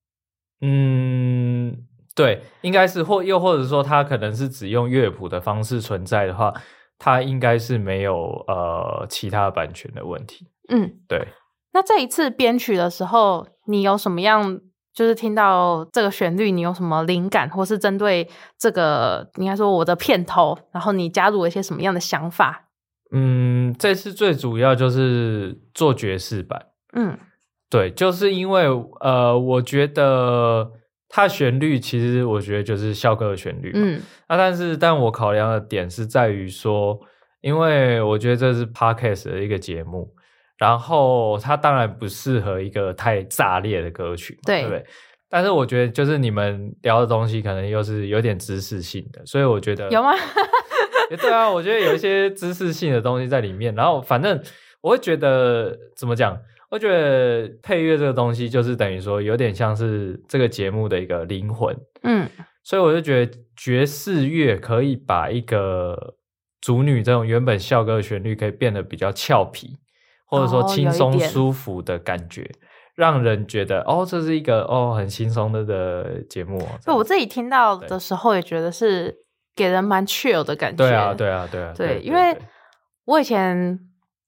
[SPEAKER 2] 嗯，对，应该是或又或者说，它可能是只用乐谱的方式存在的话，它应该是没有呃其他版权的问题。
[SPEAKER 1] 嗯，
[SPEAKER 2] 对，
[SPEAKER 1] 那这一次编曲的时候，你有什么样就是听到这个旋律，你有什么灵感，或是针对这个应该说我的片头，然后你加入了一些什么样的想法？
[SPEAKER 2] 嗯，这次最主要就是做爵士版，
[SPEAKER 1] 嗯
[SPEAKER 2] 对，就是因为呃，我觉得它的旋律其实我觉得就是校歌的旋律嘛，
[SPEAKER 1] 嗯
[SPEAKER 2] 那啊但是，但我考量的点是在于说，因为我觉得这是 podcast 的一个节目，然后它当然不适合一个太炸裂的歌曲嘛，
[SPEAKER 1] 对
[SPEAKER 2] 对不对？但是我觉得，就是你们聊的东西可能又是有点知识性的，所以我觉得
[SPEAKER 1] 有吗？
[SPEAKER 2] 欸对啊，我觉得有一些知识性的东西在里面。然后反正我会觉得怎么讲？我觉得配乐这个东西就是等于说有点像是这个节目的一个灵魂，
[SPEAKER 1] 嗯
[SPEAKER 2] 所以我就觉得爵士乐可以把一个主女这种原本校歌的旋律，可以变得比较俏皮，或者说
[SPEAKER 1] 哦有
[SPEAKER 2] 轻
[SPEAKER 1] 一
[SPEAKER 2] 松
[SPEAKER 1] 点
[SPEAKER 2] 舒服的感觉，让人觉得哦，这是一个哦很轻松的的节目、哦。这
[SPEAKER 1] 对
[SPEAKER 2] 样
[SPEAKER 1] 我自己听到的时候也觉得是给人蛮 chill 的感觉。
[SPEAKER 2] 对啊，对啊，对啊，
[SPEAKER 1] 对因为我以前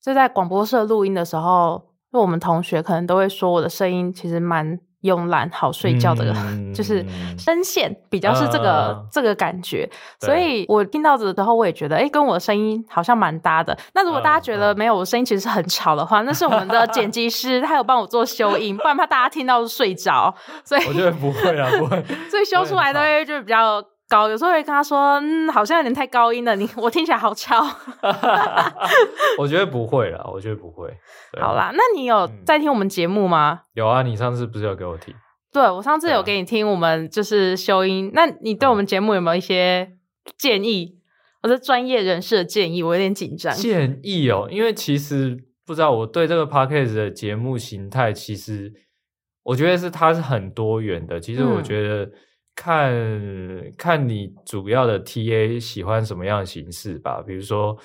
[SPEAKER 1] 就在广播社录音的时候，就我们同学可能都会说我的声音其实蛮慵懒、好睡觉的，
[SPEAKER 2] 嗯
[SPEAKER 1] 就是声线比较是这个、
[SPEAKER 2] 啊
[SPEAKER 1] 这个感觉。
[SPEAKER 2] 对
[SPEAKER 1] 所以我听到的时候，我也觉得，哎，跟我的声音好像蛮搭的。那如果大家觉得
[SPEAKER 2] 嗯嗯
[SPEAKER 1] 没有，我声音其实是很吵的话，那是我们的剪辑师他有帮我做修音，不然怕大家听到睡着。所以
[SPEAKER 2] 我觉得不会啊，不会。
[SPEAKER 1] 所以修出来的会就比较高，有时候会跟他说，嗯，好像有点太高音了，你我听起来好吵。
[SPEAKER 2] 我觉得不会啦，我觉得不会。对
[SPEAKER 1] 好，啦，那你有
[SPEAKER 2] 嗯
[SPEAKER 1] 在听我们节目吗？
[SPEAKER 2] 有啊，你上次不是有给我听？
[SPEAKER 1] 对我上次
[SPEAKER 2] 对啊嗯
[SPEAKER 1] 有给你听我们就是修音，那你对我们节目有没有一些建议？我是专业人士的建议，我有点紧张。
[SPEAKER 2] 建议哦，因为其实不知道我对这个 podcast 的节目形态，其实我觉得是它是很多元的。其实
[SPEAKER 1] 嗯
[SPEAKER 2] 我觉得看、看你主要的 TA 喜欢什么样的形式吧，比如说。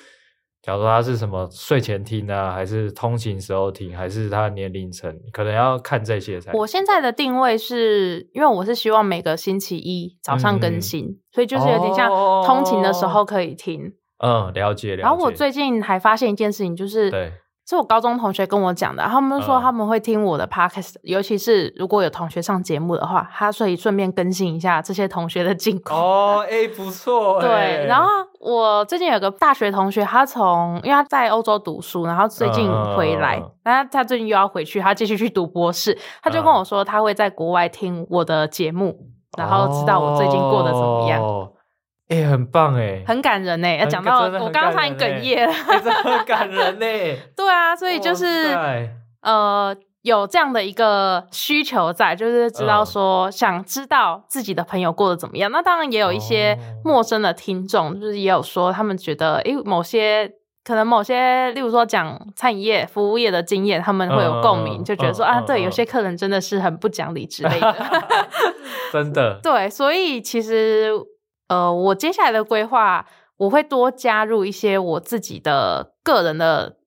[SPEAKER 2] 假如说他是什么睡前听啊，还是通勤时候听，还是他的年龄层，可能要看这些才。
[SPEAKER 1] 我现在的定位是因为我是希望每个星期一早上更新，所以就是有点像
[SPEAKER 2] 哦
[SPEAKER 1] 通勤的时候可以听。
[SPEAKER 2] 嗯了解了解。
[SPEAKER 1] 然后我哦最近还发现一件事情，就是
[SPEAKER 2] 对
[SPEAKER 1] 是我高中同学跟我讲的，他们说
[SPEAKER 2] 嗯
[SPEAKER 1] 他们会听我的 podcast，、尤其是如果有同学上节目的话，他所以顺便更新一下这些同学的近况。
[SPEAKER 2] 哦，哎、不错、哎
[SPEAKER 1] 对，然后我最近有个大学同学，他从因为他在欧洲读书，然后最近回来
[SPEAKER 2] 嗯，
[SPEAKER 1] 那、他最近又要回去，他继续去读博士，他就跟我说他会在国外听我的节目，然后知道我最近过得怎么样，
[SPEAKER 2] 哦哎、很棒哎、
[SPEAKER 1] 很感人呢、要
[SPEAKER 2] 很
[SPEAKER 1] 讲到
[SPEAKER 2] 真的很
[SPEAKER 1] 我刚刚差点
[SPEAKER 2] 感人
[SPEAKER 1] 哽
[SPEAKER 2] 欸
[SPEAKER 1] 咽了，
[SPEAKER 2] 哎这很感人呢、
[SPEAKER 1] 对啊，所以就是
[SPEAKER 2] 哇塞
[SPEAKER 1] 呃，有这样的一个需求在，就是知道
[SPEAKER 2] 嗯
[SPEAKER 1] 说、想知道自己的朋友过得怎么样。那当然也有一些
[SPEAKER 2] 哦
[SPEAKER 1] 陌生的听众，就是也有说他们觉得，诶，某些可能某些，例如说讲餐饮业、服务业的经验，他们会有共鸣，
[SPEAKER 2] 嗯嗯嗯
[SPEAKER 1] 就觉得说、
[SPEAKER 2] 嗯
[SPEAKER 1] 啊，
[SPEAKER 2] 嗯
[SPEAKER 1] 对，
[SPEAKER 2] 嗯
[SPEAKER 1] 有些客人真的是很不讲理之类 的。
[SPEAKER 2] 真的
[SPEAKER 1] 对，所以其实呃，我接下来的规划，我会多加入一些我自己的个人的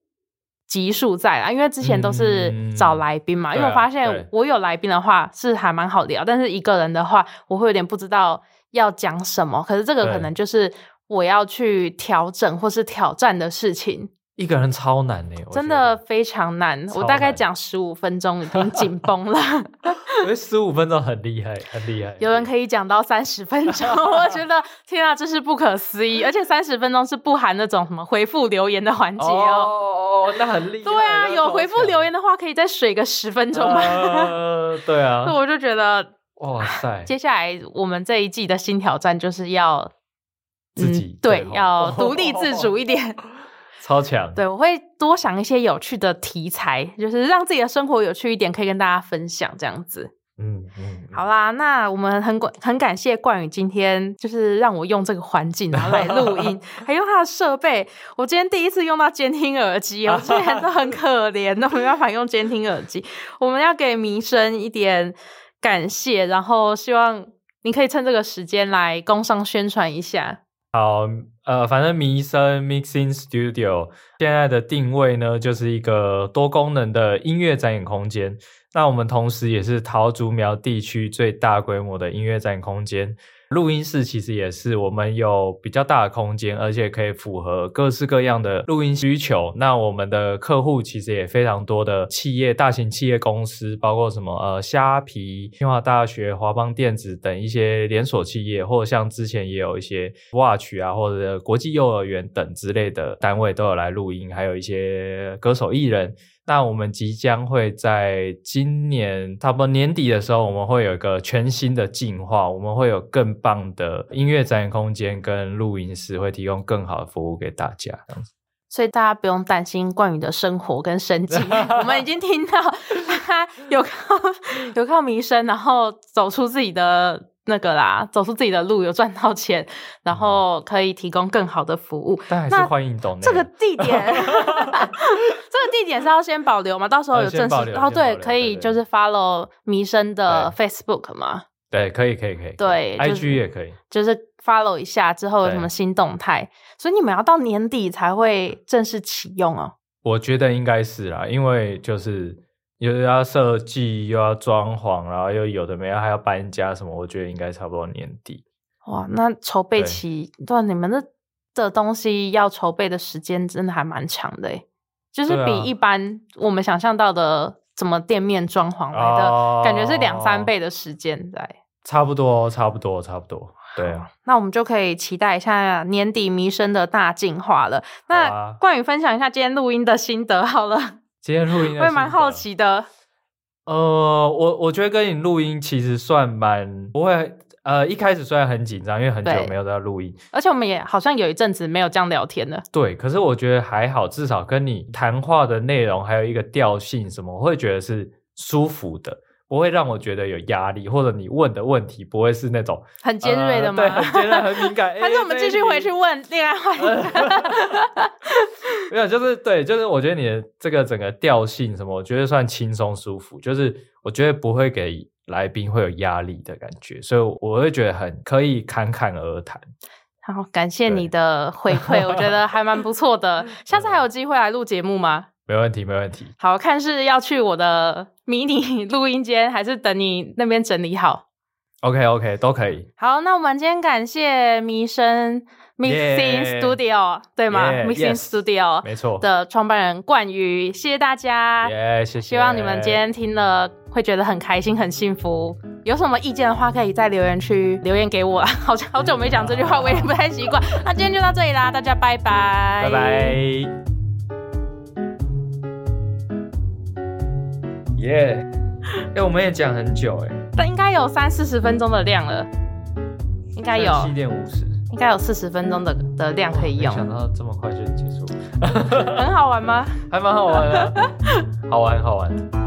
[SPEAKER 1] 集数在啦，因为之前都是
[SPEAKER 2] 嗯
[SPEAKER 1] 找来宾嘛，因为
[SPEAKER 2] 对啊
[SPEAKER 1] 我发
[SPEAKER 2] 对
[SPEAKER 1] 现我有来宾的话是还蛮好聊，但是一个人的话，我会有点不知道要讲什么，可是这个可
[SPEAKER 2] 对
[SPEAKER 1] 能就是。我要去调整或是挑战的事情，
[SPEAKER 2] 一个人超难呢、我
[SPEAKER 1] 真
[SPEAKER 2] 觉
[SPEAKER 1] 的
[SPEAKER 2] 得，
[SPEAKER 1] 非常难。我
[SPEAKER 2] 超
[SPEAKER 1] 大概
[SPEAKER 2] 难
[SPEAKER 1] 讲十五分钟已经紧绷 了。
[SPEAKER 2] 我觉得十五分钟很厉害，很厉害。
[SPEAKER 1] 有人可以讲到三十分钟， 我觉得天啊，这是不可思议！而且三十分钟是不含那种什么回复留言的环节
[SPEAKER 2] 哦
[SPEAKER 1] 哦。
[SPEAKER 2] 哦，哦那很厉 害。
[SPEAKER 1] 对啊，
[SPEAKER 2] 那
[SPEAKER 1] 有
[SPEAKER 2] 超
[SPEAKER 1] 回复
[SPEAKER 2] 强
[SPEAKER 1] 留言的话，可以再水个十分钟吧。
[SPEAKER 2] 呃 对啊
[SPEAKER 1] 所以，我就觉得，
[SPEAKER 2] 哇塞，
[SPEAKER 1] 接下来我们这一季的新挑战就是要
[SPEAKER 2] 自
[SPEAKER 1] 嗯、
[SPEAKER 2] 己
[SPEAKER 1] 对
[SPEAKER 2] 对哦
[SPEAKER 1] 要独立自主一点。
[SPEAKER 2] 超强。
[SPEAKER 1] 对，我会多想一些有趣的题材，就是让自己的生活有趣一点，可以跟大家分享这样子。
[SPEAKER 2] 嗯嗯，
[SPEAKER 1] 好啦，那我们很感很感谢冠宇今天就是让我用这个环境然后来录音，还用他的设备。我今天第一次用到监听耳机，我之前都很可怜，都没办法用监听耳机。我们要给民生一点感谢，然后希望你可以趁这个时间来工商宣传一下。
[SPEAKER 2] 好，呃，反正迷声 Mixing Studio 现在的定位呢，就是一个多功能的音乐展演空间。那我们同时也是桃竹苗地区最大规模的音乐展演空间。录音室其实也是我们有比较大的空间，而且可以符合各式各样的录音需求。那我们的客户其实也非常多的企业、大型企业公司，包括什么呃虾皮、清华大学、华邦电子等一些连锁企业，或者像之前也有一些 Watch 啊，或者国际幼儿园等之类的单位都有来录音，还有一些歌手艺人。那我们即将会在今年差不多年底的时候，我们会有一个全新的进化，我们会有更棒的音乐展演空间跟录音室，会提供更好的服务给大家。这样子
[SPEAKER 1] 所以大家不用担心冠宇的生活跟生 计，我们已经听到他有靠有靠迷生，然后走出自己的那个啦，走出自己的路，有赚到钱，然
[SPEAKER 2] 嗯
[SPEAKER 1] 后可以提供更好的服务。
[SPEAKER 2] 但还是
[SPEAKER 1] 那
[SPEAKER 2] 欢迎懂内
[SPEAKER 1] 这个地点， 这个地点是要先保留嘛？到时候有
[SPEAKER 2] 呃先
[SPEAKER 1] 正式
[SPEAKER 2] 保留
[SPEAKER 1] 哦，
[SPEAKER 2] 先保
[SPEAKER 1] 对，
[SPEAKER 2] 留
[SPEAKER 1] 可以
[SPEAKER 2] 对对
[SPEAKER 1] 就是 follow 迷生的 Facebook 嘛，
[SPEAKER 2] 对，可以可以可以，
[SPEAKER 1] 对
[SPEAKER 2] ，I
[SPEAKER 1] 就是
[SPEAKER 2] G 也可以，
[SPEAKER 1] 就是 follow 一下之后有什么
[SPEAKER 2] 对
[SPEAKER 1] 新动态。所以你们要到年底才会正式启用哦。
[SPEAKER 2] 我觉得应该是啦，因为就是又要设计，又要装潢，然后又有的没有，还要搬家什么，我觉得应该差不多年底。
[SPEAKER 1] 哇，那筹备
[SPEAKER 2] 对
[SPEAKER 1] 期，对啊你们的的东西要筹备的时间真的还蛮长的诶，欸就是
[SPEAKER 2] 对啊
[SPEAKER 1] 比一般我们想象到的怎么店面装潢来的，
[SPEAKER 2] 哦
[SPEAKER 1] 感觉是两三倍的时间在。
[SPEAKER 2] 差不多，哦差不多，差不多，对啊。
[SPEAKER 1] 那我们就可以期待一下年底迷生的大进化了。
[SPEAKER 2] 好
[SPEAKER 1] 那
[SPEAKER 2] 啊
[SPEAKER 1] 冠宇分享一下今天录音的心得好了，
[SPEAKER 2] 今天录音的
[SPEAKER 1] 我也蛮
[SPEAKER 2] 心得
[SPEAKER 1] 好。奇的。
[SPEAKER 2] 呃，我我觉得跟你录音其实算蛮不会，呃，一开始虽然很紧张，因为很久
[SPEAKER 1] 对
[SPEAKER 2] 没有在录音，
[SPEAKER 1] 而且我们也好像有一阵子没有这样聊天了，
[SPEAKER 2] 对，可是我觉得还好，至少跟你谈话的内容还有一个调性什么，我会觉得是舒服的，不会让我觉得有压力，或者你问的问题不会是那种
[SPEAKER 1] 很尖锐的
[SPEAKER 2] 呃
[SPEAKER 1] 吗？
[SPEAKER 2] 对，很尖锐，很哎敏感。
[SPEAKER 1] 还是我们继续回去
[SPEAKER 2] 问？
[SPEAKER 1] 问恋爱话题？
[SPEAKER 2] 没有，就是对，就是我觉得你的这个整个调性什么，我觉得算轻松舒服，就是我觉得不会给来宾会有压力的感觉，所以我会觉得很可以侃侃而谈。
[SPEAKER 1] 好，感谢你的回馈，我觉得还蛮不错 的。下次还有机会来录节目吗？
[SPEAKER 2] 没问题，没问题。
[SPEAKER 1] 好看是要去我的 迷你录音间，还是等你那边整理好？
[SPEAKER 2] OK OK，都可以。
[SPEAKER 1] 好，那我们今天感谢迷生 Mixing
[SPEAKER 2] Yeah
[SPEAKER 1] Studio 对吗
[SPEAKER 2] Yeah，
[SPEAKER 1] Mixing
[SPEAKER 2] yes
[SPEAKER 1] Studio
[SPEAKER 2] 没错。
[SPEAKER 1] 的创办人冠宇，谢谢大家。
[SPEAKER 2] 耶，谢谢。
[SPEAKER 1] 希望你们今天听了会觉得很开心、很幸福。有什么意见的话，可以在留言区留言给我 啦。好好久没讲这句话，我也不太习 惯。那今天就到这里啦，大家拜拜，
[SPEAKER 2] 拜拜。耶！ 哎，我们也讲很久哎，
[SPEAKER 1] 但应该有三四十分钟的量了，应该有，
[SPEAKER 2] 七点五十，
[SPEAKER 1] 应该有四十分钟的的量可以
[SPEAKER 2] 没
[SPEAKER 1] 用，
[SPEAKER 2] 想到这么快就结束。
[SPEAKER 1] 很好玩吗？
[SPEAKER 2] 啊 还蛮好玩的，好玩好玩。